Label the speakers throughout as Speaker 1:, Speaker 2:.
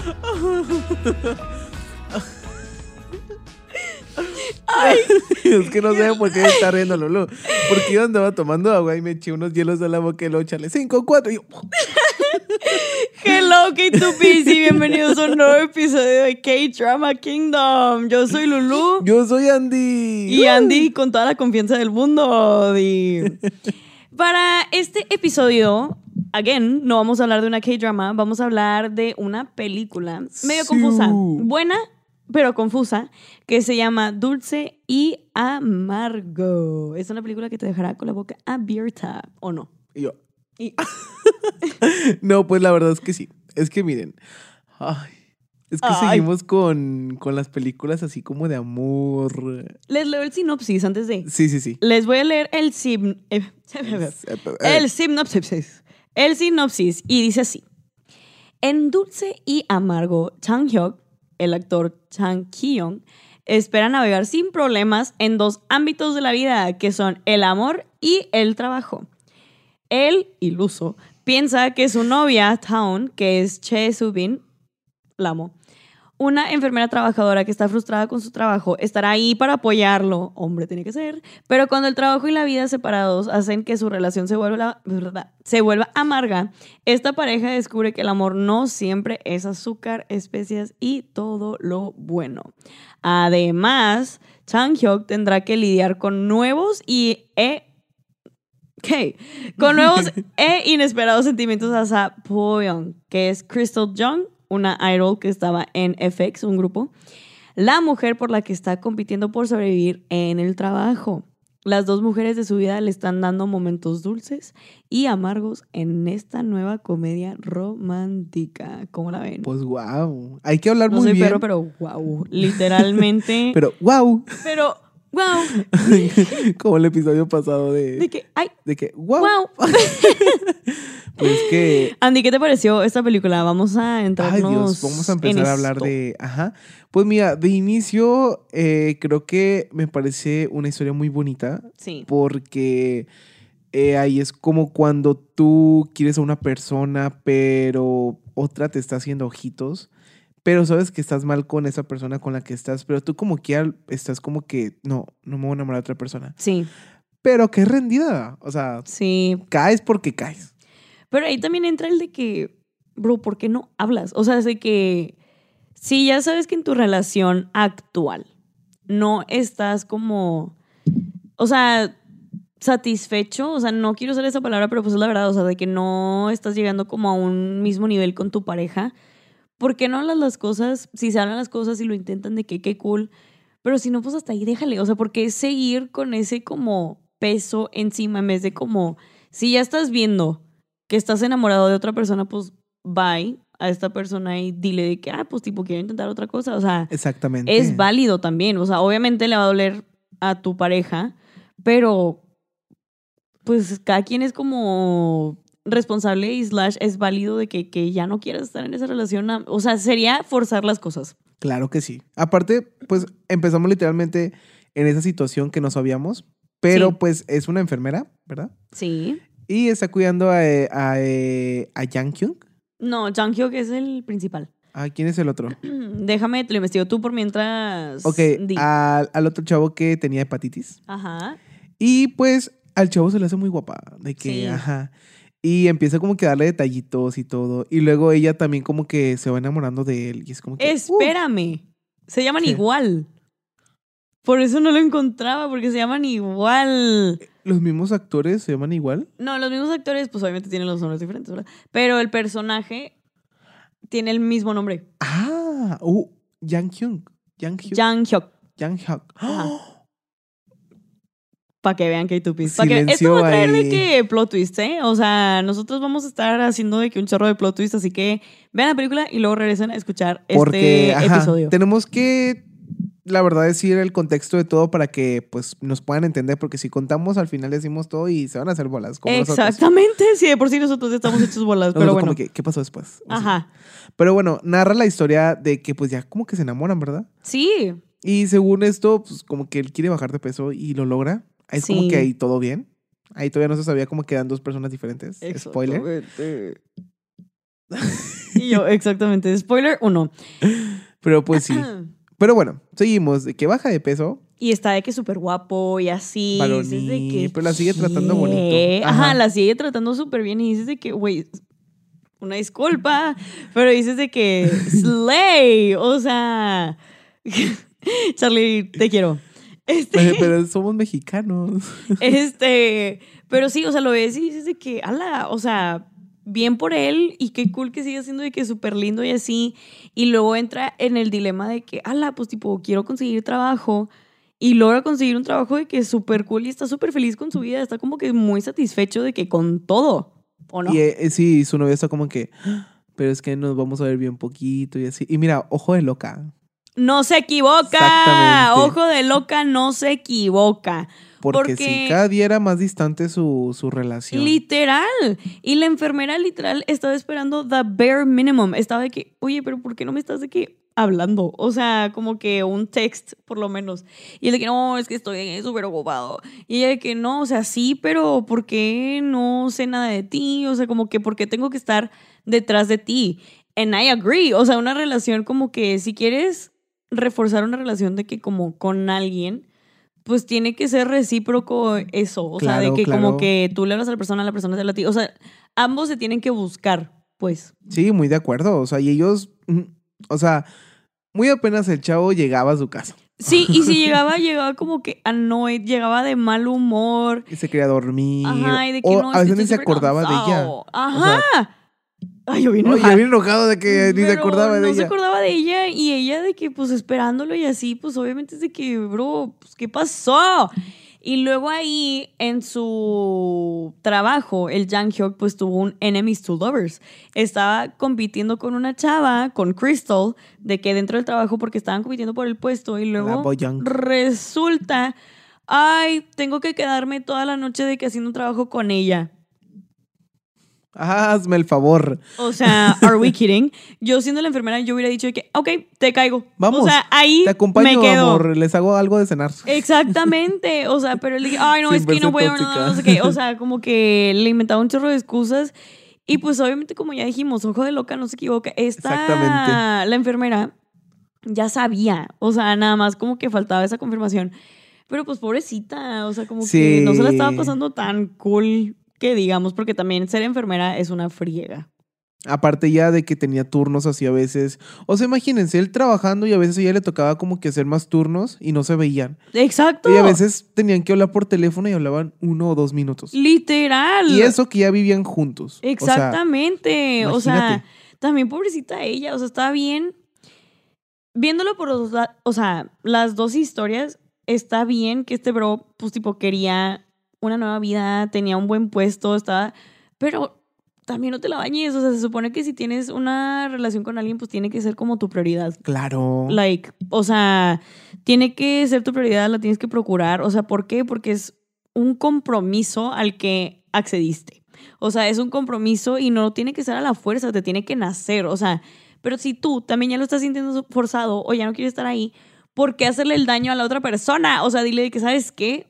Speaker 1: es que no sé por qué está riendo Lulu. Porque yo andaba tomando agua y me eché unos hielos a la boca y luego chale 5, 4 y yo...
Speaker 2: Hello, K2PC, bienvenidos a un nuevo episodio de K-Drama Kingdom. Yo soy Lulu
Speaker 1: Yo soy Andy.
Speaker 2: y Andy con toda la confianza del mundo. y- Para este episodio, again, no vamos a hablar de una K-Drama, vamos a hablar de una película medio
Speaker 1: Sí.
Speaker 2: confusa, buena pero confusa, que se llama Dulce y Amargo. Es una película que te dejará con la boca abierta, ¿o no?
Speaker 1: Y yo...
Speaker 2: Y-
Speaker 1: No, pues la verdad es que sí. Es que miren... Ay, es que
Speaker 2: Ay.
Speaker 1: seguimos con, con las películas así como de amor.
Speaker 2: Les leo el sinopsis antes de...
Speaker 1: Sí, sí, sí.
Speaker 2: Les voy a leer el sim... eh, El sinopsis. El sinopsis. Y dice así. En Dulce y Amargo, Chang Hyuk, el actor Chang Ki-young, espera navegar sin problemas en dos ámbitos de la vida, que son el amor y el trabajo. Él, iluso, piensa que su novia, Town, que es Che Subin, la amo, una enfermera trabajadora que está frustrada con su trabajo estará ahí para apoyarlo. Hombre, tiene que ser. Pero cuando el trabajo y la vida separados hacen que su relación se vuelva, se vuelva amarga, esta pareja descubre que el amor no siempre es azúcar, especias y todo lo bueno. Además, Chang Hyuk tendrá que lidiar con nuevos y e- ¿Qué? Con nuevos e inesperados sentimientos hacia Poyeon, que es Crystal Jung, una idol que estaba en FX, un grupo. La mujer por la que está compitiendo por sobrevivir en el trabajo. Las dos mujeres de su vida le están dando momentos dulces y amargos en esta nueva comedia romántica. ¿Cómo la ven?
Speaker 1: Pues wow. Hay que hablar
Speaker 2: no
Speaker 1: muy
Speaker 2: soy
Speaker 1: bien.
Speaker 2: perro, pero wow. Literalmente. pero,
Speaker 1: Pero wow.
Speaker 2: wow.
Speaker 1: como el episodio pasado de...
Speaker 2: De que, ay,
Speaker 1: de que, wow.
Speaker 2: wow.
Speaker 1: Pues es que,
Speaker 2: Andy, ¿qué te pareció esta película? Vamos a entrarnos.
Speaker 1: ay Dios, vamos a
Speaker 2: en
Speaker 1: empezar a hablar
Speaker 2: esto.
Speaker 1: de, ajá. Pues mira, de inicio eh, creo que me parece una historia muy bonita
Speaker 2: Sí.
Speaker 1: porque eh, ahí es como cuando tú quieres a una persona pero otra te está haciendo ojitos. Pero sabes que estás mal con esa persona con la que estás, pero tú como que estás como que, no, no me voy a enamorar de otra persona.
Speaker 2: Sí,
Speaker 1: Pero qué rendida, o sea,
Speaker 2: sí.
Speaker 1: caes porque caes.
Speaker 2: Pero ahí también entra el de que, bro, ¿por qué no hablas? O sea, es de que si ya sabes que en tu relación actual no estás como, o sea, satisfecho, o sea, no quiero usar esa palabra, pero pues es la verdad, o sea, de que no estás llegando como a un mismo nivel con tu pareja, ¿por qué no hablas las cosas? Si se hablan las cosas y lo intentan de que qué cool, pero si no, pues hasta ahí déjale, o sea, porque es seguir con ese como peso encima en vez de como, si ya estás viendo que estás enamorado de otra persona, pues bye a esta persona y dile de que, ah, pues tipo, quiero intentar otra cosa. O sea,
Speaker 1: Exactamente.
Speaker 2: es válido también. O sea, obviamente le va a doler a tu pareja, pero pues cada quien es como responsable y slash es válido de que, que ya no quieras estar en esa relación. a- O sea, sería forzar las cosas.
Speaker 1: Claro que sí. Aparte, pues empezamos literalmente en esa situación que no sabíamos, pero
Speaker 2: Sí.
Speaker 1: pues es una enfermera, ¿verdad?
Speaker 2: Sí.
Speaker 1: Y está cuidando a, eh, a, eh, a Yang Kyung.
Speaker 2: No, Jang Hyuk es el principal.
Speaker 1: ¿A quién es el otro?
Speaker 2: Déjame, te lo investigo tú por mientras.
Speaker 1: Ok, ah,
Speaker 2: di.
Speaker 1: al, al otro chavo que tenía hepatitis.
Speaker 2: Ajá.
Speaker 1: Y pues al chavo se le hace muy guapa, de que,
Speaker 2: Sí.
Speaker 1: ajá. Y empieza como que a darle detallitos y todo. Y luego ella también como que se va enamorando de él. Y es como que... uh,
Speaker 2: Espérame. Se llaman
Speaker 1: ¿Qué?
Speaker 2: igual. Por eso no lo encontraba, porque se llaman igual.
Speaker 1: ¿Los mismos actores se llaman igual?
Speaker 2: No, los mismos actores, pues obviamente tienen los nombres diferentes, ¿verdad? Pero el personaje tiene el mismo nombre.
Speaker 1: Ah, uh, Yang Kyung. Yang Hyuk.
Speaker 2: Jang Hyuk.
Speaker 1: Yang Hyuk.
Speaker 2: Ajá.
Speaker 1: ¡Oh!
Speaker 2: Para que vean K2Ps. Pa' que- Esto
Speaker 1: Silencio
Speaker 2: va a traer de
Speaker 1: ahí.
Speaker 2: que plot twist, ¿eh? O sea, nosotros vamos a estar haciendo de que un chorro de plot twist, así que vean la película y luego regresen a escuchar este
Speaker 1: ajá,
Speaker 2: episodio.
Speaker 1: tenemos que, la verdad, decir el contexto de todo para que pues nos puedan entender, porque si contamos al final decimos todo y se van a hacer bolas. Como Nosotros.
Speaker 2: Exactamente, sí, de por sí nosotros ya estamos hechos bolas,
Speaker 1: Nosotros
Speaker 2: pero
Speaker 1: como
Speaker 2: bueno.
Speaker 1: que, ¿Qué pasó después? O sea,
Speaker 2: Ajá.
Speaker 1: Pero bueno, narra la historia de que pues ya como que se enamoran, ¿verdad?
Speaker 2: Sí,
Speaker 1: Y según esto, pues como que él quiere bajar de peso y lo logra. Es como
Speaker 2: Sí.
Speaker 1: que ahí todo bien. Ahí todavía no se sabía cómo quedan dos personas diferentes. Spoiler.
Speaker 2: Exactamente. Y yo, exactamente. Spoiler uno.
Speaker 1: Pero pues sí. Pero bueno, seguimos. De que baja de peso.
Speaker 2: Y está de que súper guapo y así. y
Speaker 1: Varonil,
Speaker 2: dices de que,
Speaker 1: pero la sigue tratando
Speaker 2: ¿qué?
Speaker 1: bonito.
Speaker 2: Ajá,
Speaker 1: Ajá.
Speaker 2: la sigue tratando súper bien y dices de que, güey, una disculpa, pero dices de que slay, o sea, Charlie, te quiero. Este,
Speaker 1: Pero, pero somos mexicanos.
Speaker 2: este, pero sí, o sea, lo ves y dices de que, ala, o sea, bien por él y qué cool que sigue siendo de que súper lindo y así. Y luego entra en el dilema de que, ala, pues tipo, quiero conseguir trabajo. Y logra conseguir un trabajo de que es súper cool y está súper feliz con su vida. Está como que muy satisfecho de que con todo, ¿o no?
Speaker 1: Y eh, eh, sí, su novia está como que, "Ah, pero es que nos vamos a ver bien poquito y así. Y mira, ojo de loca.
Speaker 2: No se equivoca.
Speaker 1: Exactamente.
Speaker 2: Ojo de loca, no se equivoca.
Speaker 1: Porque,
Speaker 2: Porque-
Speaker 1: si cada día era más distante su, su relación.
Speaker 2: Literal. Y la enfermera literal estaba esperando the bare minimum. Estaba de que, oye, pero ¿por qué no me estás de que hablando? O sea, como que un text, por lo menos. Y él de que, no, es que estoy súper ocupado. Y ella de que, no, o sea, sí, pero ¿por qué no sé nada de ti? O sea, como que, ¿por qué tengo que estar detrás de ti? And I agree. O sea, una relación como que si quieres reforzar una relación de que como con alguien, pues tiene que ser recíproco eso. O sea, de
Speaker 1: Claro,
Speaker 2: que como
Speaker 1: claro.
Speaker 2: que tú le hablas a la persona, la persona te habla a ti. O sea, ambos se tienen que buscar, pues.
Speaker 1: Sí, muy de acuerdo. O sea, y ellos, mm, o sea, muy apenas el chavo llegaba a su casa
Speaker 2: Sí, y si llegaba, llegaba como que annoyed, llegaba de mal humor.
Speaker 1: y se quería dormir.
Speaker 2: Ajá, y de que
Speaker 1: o
Speaker 2: no,
Speaker 1: a
Speaker 2: es que
Speaker 1: veces ni
Speaker 2: estoy
Speaker 1: se
Speaker 2: súper
Speaker 1: acordaba de ella.
Speaker 2: cansado. Ajá. Ay, yo vine
Speaker 1: No, y
Speaker 2: enojada.
Speaker 1: había enojado de que ni se
Speaker 2: Pero
Speaker 1: acordaba de
Speaker 2: no se
Speaker 1: ella.
Speaker 2: acordaba de ella y ella de que pues esperándolo y así, pues obviamente es de que, bro, pues ¿qué pasó? Y luego ahí en su trabajo, el Jang Hyuk pues tuvo un Enemies to Lovers. Estaba compitiendo con una chava, con Crystal, de que dentro del trabajo porque estaban compitiendo por el puesto y
Speaker 1: La
Speaker 2: luego
Speaker 1: Boyang.
Speaker 2: resulta, ay, tengo que quedarme toda la noche de que haciendo un trabajo con ella.
Speaker 1: Ajá, hazme el favor.
Speaker 2: O sea, are we kidding? Yo siendo la enfermera, yo hubiera dicho de que, ok, te caigo.
Speaker 1: Vamos,
Speaker 2: O sea, ahí
Speaker 1: Te acompaño,
Speaker 2: me quedo.
Speaker 1: amor. Les hago algo de cenar.
Speaker 2: Exactamente. O sea, pero él dije, ay, no, es
Speaker 1: Siempre
Speaker 2: que no
Speaker 1: soy
Speaker 2: puedo, no,
Speaker 1: tóxica.
Speaker 2: no, no sé qué. O sea, como que le inventaba un chorro de excusas. Y pues obviamente, como ya dijimos, ojo de loca, no se equivoca. Esta,
Speaker 1: Exactamente.
Speaker 2: la enfermera, ya sabía. O sea, nada más como que faltaba esa confirmación. Pero pues pobrecita, o sea, como que
Speaker 1: Sí.
Speaker 2: no se la estaba pasando tan cool que digamos, porque también ser enfermera es una friega.
Speaker 1: Aparte ya de que tenía turnos así a veces. O sea, imagínense, él trabajando y a veces a ella le tocaba como que hacer más turnos y no se veían.
Speaker 2: Exacto.
Speaker 1: Y a veces tenían que hablar por teléfono y hablaban uno o dos minutos.
Speaker 2: Literal.
Speaker 1: Y eso que ya vivían juntos. O sea,
Speaker 2: Exactamente. O sea,
Speaker 1: imagínate.
Speaker 2: también pobrecita ella. O sea, está bien. Viéndolo por los la- o sea, las dos historias, está bien que este bro, pues tipo, quería una nueva vida, tenía un buen puesto, estaba. Pero también no te la bañes. O sea, se supone que si tienes una relación con alguien, pues tiene que ser como tu prioridad.
Speaker 1: claro.
Speaker 2: Like, o sea, tiene que ser tu prioridad, la tienes que procurar. O sea, ¿por qué? Porque es un compromiso al que accediste. O sea, es un compromiso y no tiene que ser a la fuerza, te tiene que nacer. O sea, pero si tú también ya lo estás sintiendo forzado o ya no quieres estar ahí, ¿por qué hacerle el daño a la otra persona? O sea, dile de que, ¿sabes qué?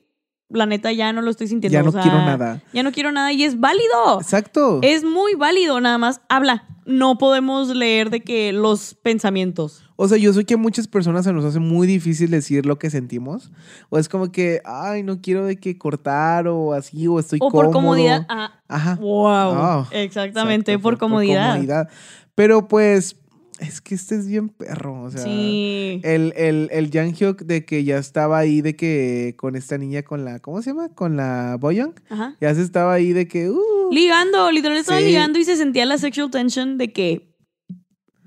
Speaker 2: La neta ya no lo estoy sintiendo.
Speaker 1: ya no
Speaker 2: o sea,
Speaker 1: quiero nada.
Speaker 2: Ya no quiero nada y es válido.
Speaker 1: Exacto.
Speaker 2: Es muy válido, nada más habla. No podemos leer de que los pensamientos.
Speaker 1: O sea, yo sé que a muchas personas se nos hace muy difícil decir lo que sentimos. O es como que, ay, no quiero de que cortar o así, o estoy
Speaker 2: O por
Speaker 1: cómodo.
Speaker 2: comodidad. ah,
Speaker 1: Ajá.
Speaker 2: wow.
Speaker 1: Ah,
Speaker 2: Exactamente,
Speaker 1: Exacto,
Speaker 2: por, comodidad.
Speaker 1: Pero pues, es que este es bien perro. O sea, eh,
Speaker 2: sí.
Speaker 1: el, el, el Jang Hyuk de que ya estaba ahí de que con esta niña, con la, ¿cómo se llama? Con la Boyoung.
Speaker 2: Ajá.
Speaker 1: Ya se estaba ahí de que, uh.
Speaker 2: Ligando, literal estaba
Speaker 1: Sí.
Speaker 2: ligando y se sentía la sexual tension de que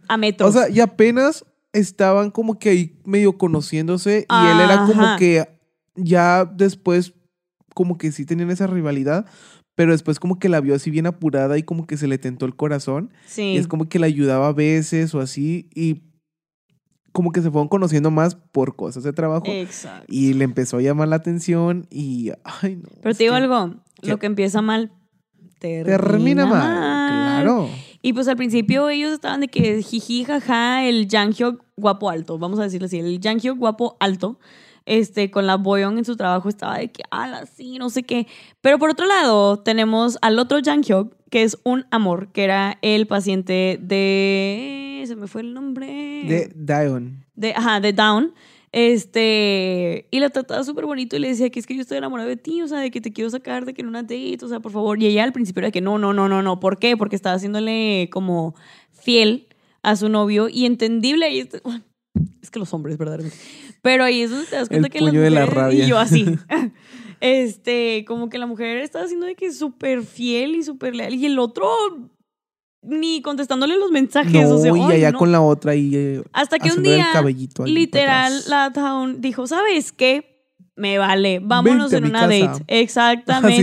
Speaker 2: a metros.
Speaker 1: O sea, y apenas estaban como que ahí medio conociéndose y él era
Speaker 2: Ajá.
Speaker 1: como que ya después como que sí tenían esa rivalidad, pero después como que la vio así bien apurada y como que se le tentó el corazón
Speaker 2: sí.
Speaker 1: y es como que la ayudaba a veces o así y como que se fueron conociendo más por cosas de trabajo
Speaker 2: Eh. Exacto.
Speaker 1: y le empezó a llamar la atención y ay no.
Speaker 2: Pero
Speaker 1: es
Speaker 2: te digo
Speaker 1: este, que
Speaker 2: algo,
Speaker 1: ¿Qué?
Speaker 2: lo que empieza mal termina,
Speaker 1: Termina mal, claro.
Speaker 2: Y pues al principio ellos estaban de que jiji, jaja, el Janghyuk guapo alto, vamos a decirlo así, el Janghyuk guapo alto este, con la Boyong en su trabajo estaba de que, ala, sí, no sé qué. Pero por otro lado, tenemos al otro Jang Hyuk, que es un amor, que era el paciente de. Se me fue el nombre.
Speaker 1: De Dion.
Speaker 2: De, ajá, de Down. Este, y la trataba súper bonito y le decía que es que yo estoy enamorada de ti, o sea, de que te quiero sacar de que en una date, o sea, por favor. Y ella al principio era que no, no, no, no, no, ¿por qué? Porque estaba haciéndole como fiel a su novio y entendible. Y esto- es que los hombres, verdaderamente. Pero ahí es donde te das cuenta
Speaker 1: El
Speaker 2: que las
Speaker 1: puño de la
Speaker 2: mujeres-
Speaker 1: rabia.
Speaker 2: Y yo así. este, como que la mujer estaba haciendo de que súper fiel y súper leal. Y el otro ni contestándole los mensajes.
Speaker 1: No,
Speaker 2: o sea,
Speaker 1: y
Speaker 2: Ah, ay,
Speaker 1: allá
Speaker 2: no.
Speaker 1: con la otra y eh,
Speaker 2: Hasta que un
Speaker 1: haciéndole
Speaker 2: día,
Speaker 1: el cabellito ahí
Speaker 2: literal,
Speaker 1: para
Speaker 2: la Town dijo, ¿sabes qué? Me vale, vámonos
Speaker 1: Vente a
Speaker 2: en
Speaker 1: mi
Speaker 2: una
Speaker 1: casa".
Speaker 2: date.
Speaker 1: atrás.
Speaker 2: Exactamente.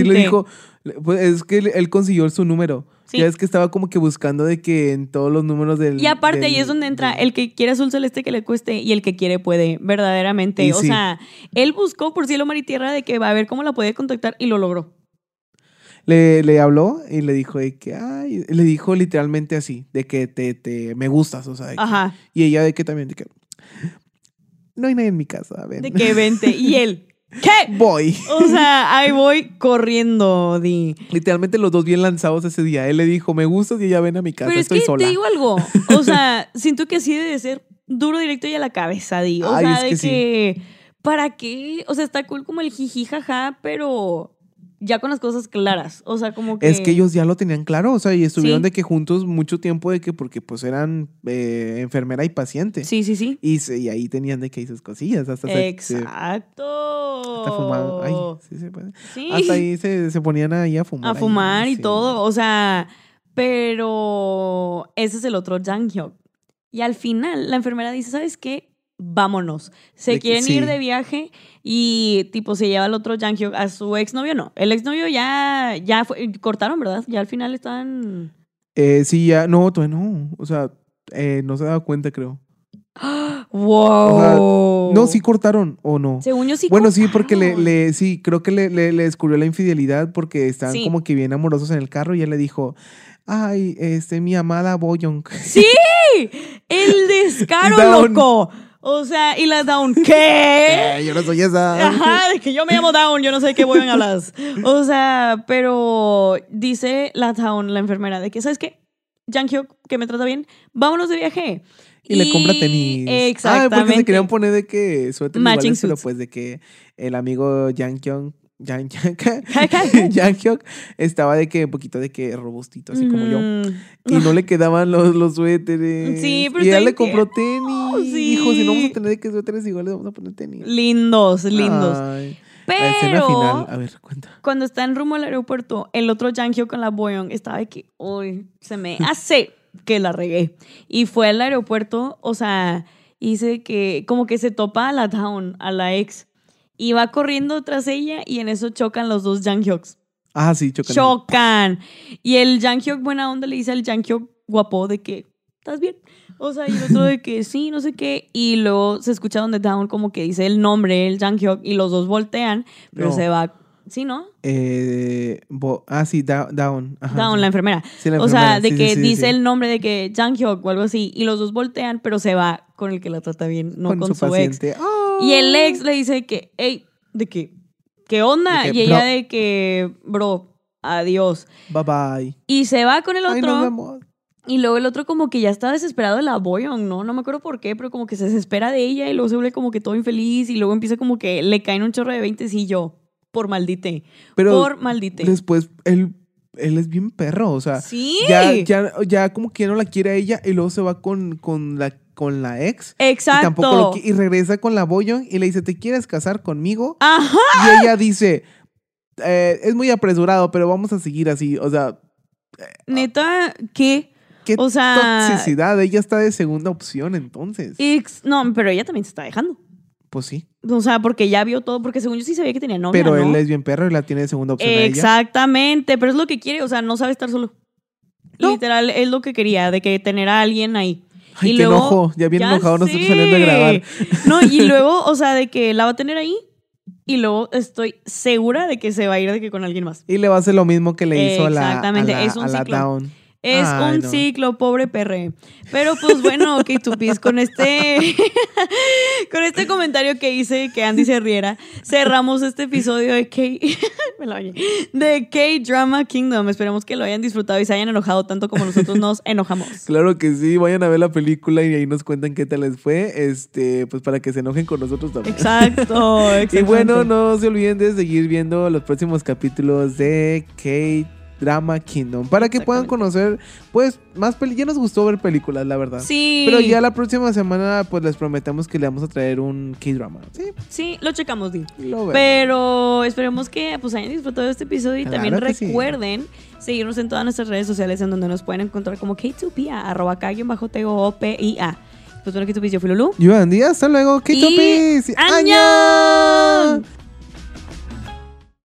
Speaker 1: Así le dijo. le- pues, es que él- él consiguió su número.
Speaker 2: Sí.
Speaker 1: Ya es que estaba como que buscando de que en todos los números del.
Speaker 2: Y aparte ahí
Speaker 1: del-
Speaker 2: es donde entra
Speaker 1: del-
Speaker 2: el que quiere azul celeste que le cueste y el que quiere puede, verdaderamente.
Speaker 1: Y
Speaker 2: o
Speaker 1: sí.
Speaker 2: sea, él buscó por cielo, mar y tierra de que va a ver cómo la puede contactar y lo logró.
Speaker 1: Le, le habló y le dijo de que. Ay, le dijo literalmente así, de que te, te me gustas, o sea. de que-
Speaker 2: Ajá,
Speaker 1: y ella de que también, de que. No hay nadie en mi casa, ven.
Speaker 2: de que vente. Y él, ¿qué?
Speaker 1: Voy.
Speaker 2: O sea, ahí voy corriendo, Di.
Speaker 1: Literalmente los dos bien lanzados ese día. Él le dijo, me gustas y ella ven a mi casa,
Speaker 2: Pero es
Speaker 1: estoy
Speaker 2: que
Speaker 1: sola.
Speaker 2: te digo algo. O sea, siento que así debe ser duro, directo y a la cabeza, Di. O
Speaker 1: Ay,
Speaker 2: sea,
Speaker 1: es
Speaker 2: de que,
Speaker 1: que sí.
Speaker 2: ¿para qué? O sea, está cool como el jiji, jaja, pero ya con las cosas claras. O sea, como que.
Speaker 1: Es que ellos ya lo tenían claro, o sea, y estuvieron
Speaker 2: Sí.
Speaker 1: de que juntos mucho tiempo de que porque pues eran eh, enfermera y paciente.
Speaker 2: Sí, sí, sí.
Speaker 1: Y, se- y ahí tenían de que ahí sus cosillas hasta se- se,
Speaker 2: Exacto.
Speaker 1: hasta fumaban. Ay, sí se puede.
Speaker 2: Sí.
Speaker 1: Hasta ahí se, se ponían ahí a fumar.
Speaker 2: a
Speaker 1: ahí,
Speaker 2: fumar y
Speaker 1: sí.
Speaker 2: todo. O sea, pero ese es el otro Jang Hyuk. Y al final la enfermera dice, ¿sabes qué? Vámonos. Se
Speaker 1: De que-
Speaker 2: quieren ir
Speaker 1: sí.
Speaker 2: de viaje y tipo se lleva al otro Jang Hyuk a su exnovio. No, el exnovio ya, ya fue, cortaron, ¿verdad? Ya al final están...
Speaker 1: Eh, sí, ya, no, todavía no. O sea, eh, no se daba cuenta, creo.
Speaker 2: ¡Wow!
Speaker 1: No, sí cortaron o no.
Speaker 2: Según yo sí
Speaker 1: bueno, sí, porque le,
Speaker 2: cortaron.
Speaker 1: le- sí, creo que le, le- le descubrió la infidelidad porque estaban
Speaker 2: Sí.
Speaker 1: como que bien amorosos en el carro y él le dijo, ay, este, mi amada Boyong.
Speaker 2: ¡Sí! ¡El descaro,
Speaker 1: Down.
Speaker 2: loco! O sea, y la down, ¿qué?
Speaker 1: Eh, yo no soy esa.
Speaker 2: Ajá, de que yo me llamo Down, yo no sé de qué voy a hablar. O sea, pero dice la Down, la enfermera, de que, ¿sabes qué? Jang Hyuk, que me trata bien, vámonos de viaje.
Speaker 1: Y, le compra tenis. Ah,
Speaker 2: Exactamente.
Speaker 1: porque se querían poner de que suéter
Speaker 2: Matching
Speaker 1: iguales, pero
Speaker 2: suits.
Speaker 1: pues de que el amigo Yang Kyung, Yang
Speaker 2: Ay, ay.
Speaker 1: Yang Hyuk estaba de que un poquito de que robustito, así como yo.
Speaker 2: Mm.
Speaker 1: Y no le quedaban los, los suéteres.
Speaker 2: Sí, pero
Speaker 1: Y
Speaker 2: está
Speaker 1: él le
Speaker 2: bien
Speaker 1: compró
Speaker 2: tierno,
Speaker 1: tenis.
Speaker 2: sí.
Speaker 1: Dijo, si no vamos a tener de que suéteres iguales, vamos a poner tenis.
Speaker 2: Lindos, lindos.
Speaker 1: Ay, Ah, La escena final.
Speaker 2: pero
Speaker 1: A ver, cuenta.
Speaker 2: cuando está en rumbo al aeropuerto, el otro Yang Hyuk con la Boyong estaba de que, uy, se me hace que la regué. Y fue al aeropuerto, o sea, hice que, como que se topa a la Down, a la ex. Y va corriendo tras ella y en eso chocan los dos Yang Hyuks.
Speaker 1: Ah, sí, chocan.
Speaker 2: Chocan. Y el Yang Hyuk buena onda le dice al Yang Hyuk guapo de que, ¿estás bien? O sea, y el otro de que sí, no sé qué. Y luego se escucha donde Down como que dice el nombre, el Yang Hyuk, y los dos voltean, pero
Speaker 1: No.
Speaker 2: se va. ¿Sí, no?
Speaker 1: Eh, bo- ah, sí, da- Down. Ajá,
Speaker 2: Down,
Speaker 1: sí.
Speaker 2: la enfermera.
Speaker 1: Sí, la
Speaker 2: O sea,
Speaker 1: enfermera,
Speaker 2: de
Speaker 1: sí, sí,
Speaker 2: que
Speaker 1: sí,
Speaker 2: dice
Speaker 1: sí.
Speaker 2: el nombre de que Jang Hyuk o algo así, y los dos voltean, pero se va con el que la trata bien, no con, su, ex.
Speaker 1: paciente. Ah.
Speaker 2: Y el ex le dice que, hey, de que, ¿qué onda?
Speaker 1: De que,
Speaker 2: y ella
Speaker 1: bro.
Speaker 2: de que, bro, adiós.
Speaker 1: Bye bye.
Speaker 2: Y se va con el
Speaker 1: Ay, nos
Speaker 2: otro,
Speaker 1: vemos.
Speaker 2: y luego el otro como que ya está desesperado de la Boyong, ¿no? No me acuerdo por qué, pero como que se desespera de ella y luego se vuelve como que todo infeliz y luego empieza como que le caen un chorro de 20 y yo, por maldite,
Speaker 1: Pero
Speaker 2: por maldite.
Speaker 1: después él, él es bien perro, o sea,
Speaker 2: Sí.
Speaker 1: ya, ya, ya como que ya no la quiere a ella y luego se va con, con, la, con la ex.
Speaker 2: Exacto.
Speaker 1: Y, tampoco lo qui- y regresa con la Boyon y le dice, ¿te quieres casar conmigo?
Speaker 2: Ajá.
Speaker 1: Y ella dice, "Eh, es muy apresurado, pero vamos a seguir así. O sea,
Speaker 2: Neta, ¿qué?
Speaker 1: qué
Speaker 2: O sea-
Speaker 1: toxicidad. Ella está de segunda opción entonces.
Speaker 2: Ex- No, pero ella también se está dejando.
Speaker 1: pues sí.
Speaker 2: O sea, porque ya vio todo, porque según yo sí sabía que tenía novia,
Speaker 1: pero
Speaker 2: ¿no?
Speaker 1: él es bien perro y la tiene de segunda opción a ella.
Speaker 2: Exactamente, pero es lo que quiere, o sea, no sabe estar solo.
Speaker 1: No.
Speaker 2: Literal, es lo que quería, de que tener a alguien ahí.
Speaker 1: Ay,
Speaker 2: y
Speaker 1: qué
Speaker 2: luego-
Speaker 1: enojo. Ya bien
Speaker 2: Ya
Speaker 1: enojado nosotros
Speaker 2: sé.
Speaker 1: saliendo a grabar.
Speaker 2: No, y luego, o sea, de que la va a tener ahí y luego estoy segura de que se va a ir de que con alguien más.
Speaker 1: Y le va a hacer lo mismo que le hizo a la, a
Speaker 2: Exactamente,
Speaker 1: la-
Speaker 2: es un
Speaker 1: a la
Speaker 2: ciclo.
Speaker 1: Down.
Speaker 2: Es
Speaker 1: Ay,
Speaker 2: un
Speaker 1: no.
Speaker 2: ciclo, pobre perre. Pero pues bueno, ok, tupis, con este, con este comentario que hice que Andy se riera, cerramos este episodio de K me la bañé. de K Drama Kingdom. Esperemos que lo hayan disfrutado y se hayan enojado tanto como nosotros nos enojamos.
Speaker 1: Claro que sí, vayan a ver la película y ahí nos cuentan qué tal les fue, este, pues para que se enojen con nosotros también.
Speaker 2: Exacto, exacto.
Speaker 1: Y bueno, no se olviden de seguir viendo los próximos capítulos de K-Drama Kingdom para que puedan
Speaker 2: Exactamente.
Speaker 1: conocer, pues, más películas. Ya nos gustó ver películas, la verdad.
Speaker 2: Sí.
Speaker 1: Pero ya la próxima semana, pues, les prometemos que le vamos a traer un K-Drama. Sí,
Speaker 2: Sí, lo checamos, Di.
Speaker 1: lo vemos.
Speaker 2: Pero esperemos que pues, hayan disfrutado de este episodio y
Speaker 1: Claro
Speaker 2: también
Speaker 1: que sí.
Speaker 2: recuerden seguirnos en todas nuestras redes sociales en donde nos pueden encontrar como K2PIA, arroba K-T-O-P-I-A. Pues bueno, K2PIA, yo fui Lulu.
Speaker 1: Yo, Andy, hasta luego. K-Topis.
Speaker 2: ¡Añón!